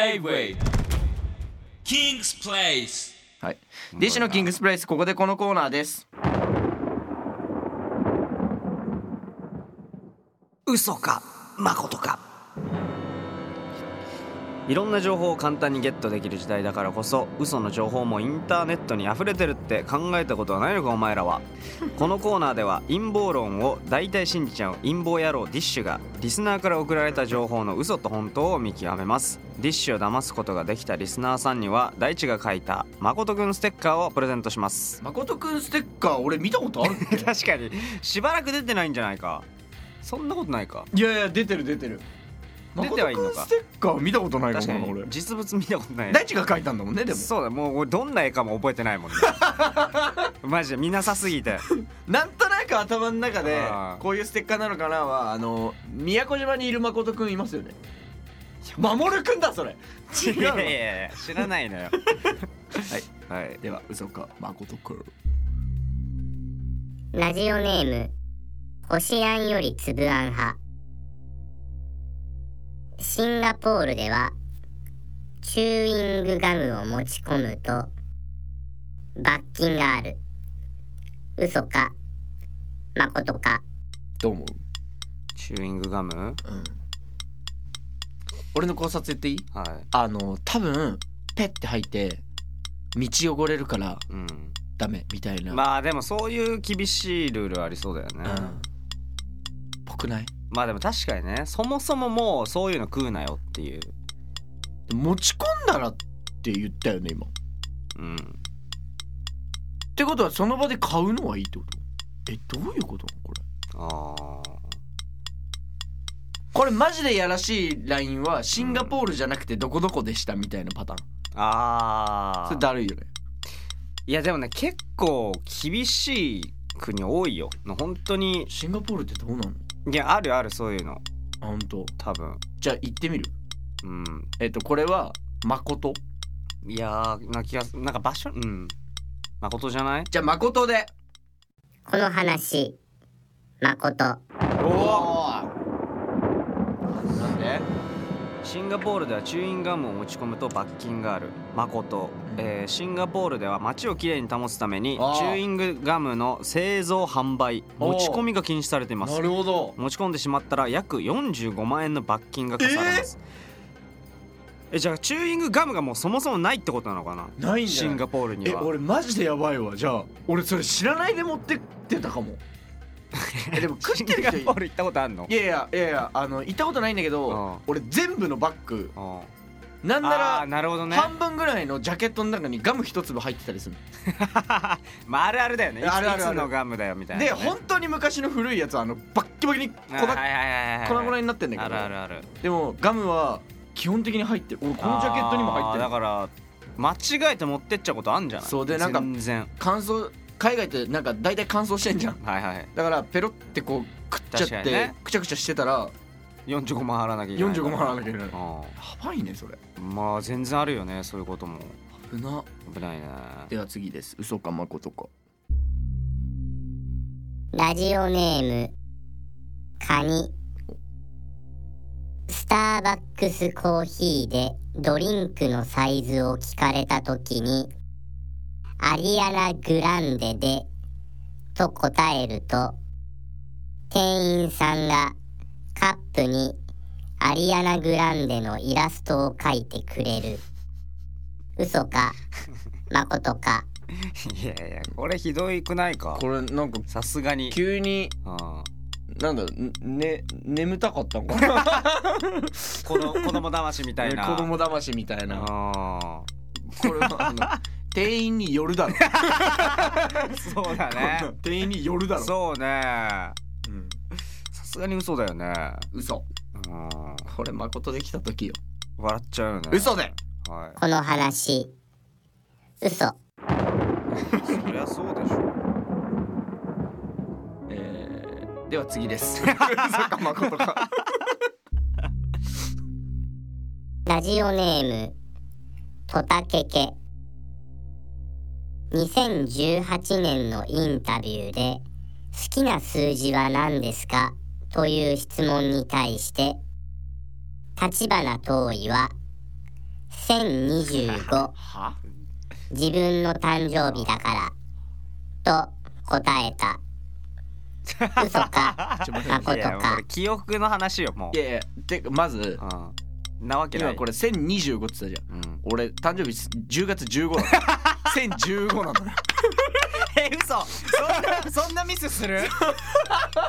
J-Way King's Place はい。弟子のキングスプレイス、ここでこのコーナーです。嘘か誠かいろんな情報を簡単にゲットできる時代だからこそ嘘の情報もインターネットに溢れてるって考えたことはないのかお前ら はこのコーナーでは陰謀論を大体信じちゃう陰謀野郎ディッシュがリスナーから送られた情報の嘘と本当を見極めますディッシュを騙すことができたリスナーさんには大地が書いた誠くんステッカーをプレゼントします誠くんステッカー、俺見たことある。 確かにしばらく出てないんじゃないかそんなことないかいやいや、出てる出てる。出てはいいのか誠くんステッカー見たことないか確かもな俺に。実物見たことないな大地が書いたんだもんね、でも。そうだもう俺どんな絵かも覚えてない もんねマジで見なさすぎてなんとなく頭の中であーこういうステッカーなのかなはあの宮古島にいる誠くんいますよね守るくんだそれ違ういのやいやいや知らないのよはいはいでは嘘か誠くんラジオネーム、星あんよりつぶあん派。シンガポールでは、チューイングガムを持ち込むと、罰金がある。嘘か、誠か。どう思う、チューイングガムうん、俺の考察言っていいはあの多分ペッて吐いて道汚れるからい、うん、ダメみたいな、まあでもそういう厳しいルールありそうだよね、うんぽくないまあでも確かにねそもそももうそういうの食うなよっていう持ち込んだらって言ったよね今っうんてことはその場で買うのはいいってことえどういうことなのこれああこれマジでやらしいラインはシンガポールじゃなくてどこどこでしたみたいなパターン、あそれーだるいよねいやでもね結構厳しい国多いよ本当にシンガポールってどうなのいやあるあるそういうのあ本当多分じゃあ行ってみるうんえっ、とこれは誠いやーな気がすなんか場所うん誠じゃないじゃあ誠でこの話、誠。おおなんでシンガポールではチューインガムを持ち込むと罰金がある誠、えーシンガポールでは街をきれいに保つためにチあーューイングガムの製造販売おー持ち込みが禁止されていまするほど持ち込んでしまったら約45万円の罰金が課されますえじゃあチューイングガムがもうそもそもないってことなのかなないんじゃシないンガポールにえは俺マジでやばいわじゃあ俺それ知らないで持ってってたか もえでも食ってる人シいンガポール行ったことあんのいやいやいやいやあの行ったことないんだけうんど俺全部のバッグあーなんならあーなるほどね半分ぐらいのジャケットの中にガム一粒入ってたりする まああるあるだよねいつあるあるあるいつのガムだよみたいな、ね、で本当に昔の古いやつはあのバッキバキに粉あはいはいはいはい粉々になってんだけどあるあるあるでもガムは基本的に入ってる俺このジャケットにも入ってあーだるから間違えて持ってっちゃうことあんじゃないそうでなんか全然乾燥海外ってなんか大体乾燥してんじゃんはいはいだからペロってこう食っ確ちゃかっにて、ねくちゃくちゃしてたら45万払わなきゃいけない45万払わなきゃいけないやあばいねそれーまあ全然あるよねそういうことも危な危ない ねでは次です嘘かまことかラジオネーム、カニ。スターバックスコーヒーでドリンクのサイズを聞かれたときに、アリアナグランデで、と答えると、店員さんがカップにアリアナグランデのイラストを描いてくれる。嘘か、 誠か。いやいやこれひどいくないかこれなんかさすがに急にあなんだろうね眠たかったのかなー子供子供騙しみたい な子供騙しみたいなあこれはあ の店員によるだろーそうだね店員によるだろそうねさすがに嘘だよね嘘うんこれ誠できた時よ笑っちゃうよね嘘ではこの話、嘘。いそりゃそうでしょえー、では次です 嘘か誠かラジオネーム、トタケケ。2018年のインタビューで、好きな数字は何ですかという質問に対して、立花遠いは、 2025は自分の誕生日だからと答えた嘘か ちょっと待って誠いやもうこかれ記憶の話よもいやいやてかまずう、うん、なわけな今いこれ1025って言ったじゃんうん、俺誕生日10月15なの1015なのよえ嘘そんなそん なミスする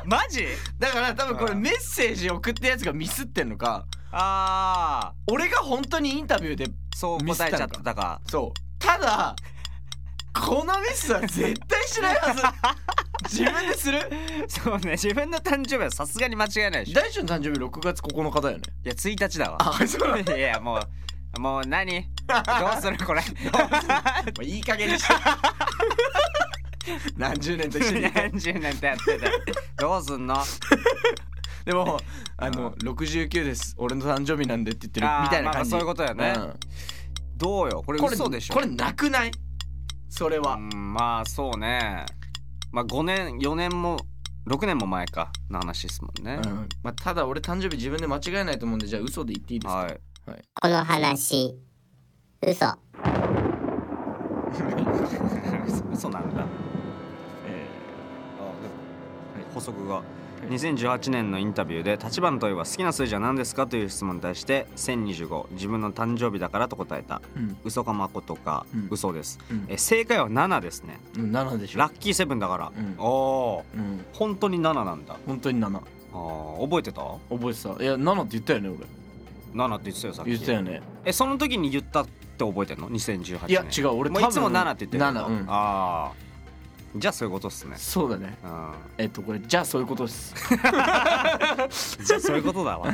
マジだから多分これメッセージ送ったやつがミスってんのかああ俺が本当にインタビューでそう答えちゃってたかそうただこのミスは絶対しないはず自分でするそうね自分の誕生日はさすがに間違いないでしょ大地の誕生日6月9日だよねいや1日だわあそうなんだいやもうもう何 どうするこれもういい加減にして 何十年と一緒にいて 何十年ってやっててどうすんのでもあの69です俺の誕生日なんでって言ってるあーみたいなまあまあ感じそういうことだよねうんどうよこれこれ嘘でしょこれなくないそれはうんまあそうねまあ5年4年も6年も前かの話ですもんね、うんまあただ俺誕生日自分で間違えないと思うんでじゃあ嘘で言っていいですかはい この話嘘嘘なんだえ補足が2018年のインタビューで「立花といえば好きな数字は何ですか?」という質問に対して「1025自分の誕生日だから」と答えたーうん「嘘かまことか、うん嘘です、うんえ正解は7ですねうん7でしょラッキーセブンだから、うんおおうん本当に7なんだ本当に7あー覚えてた覚えてたいや7って言ったよね7って言ってたよさっき俺言ってたよねえその時に言ったって覚えてんの2018年いや違う俺多もうい分つも7って言ってる7のうんああじゃあそういうことっすねそうだね うんえっとこれじゃあそういうことですじゃあそういう ことだわ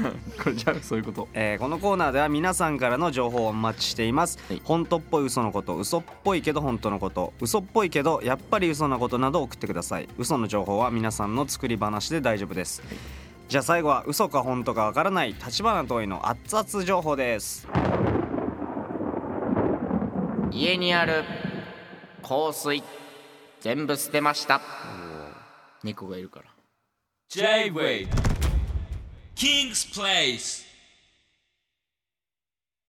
これじゃあそういうことえーこのコーナーでは皆さんからの情報をお待ちしています、はい本当っぽい嘘のこと嘘っぽいけど本当のこと嘘っぽいけどやっぱり嘘なことなど送ってください嘘の情報は皆さんの作り話で大丈夫です、じゃあ最後は嘘か本当かわからない立花遠いの熱々情報です家にある香水全部捨てました猫がいるから J-Wave King's Place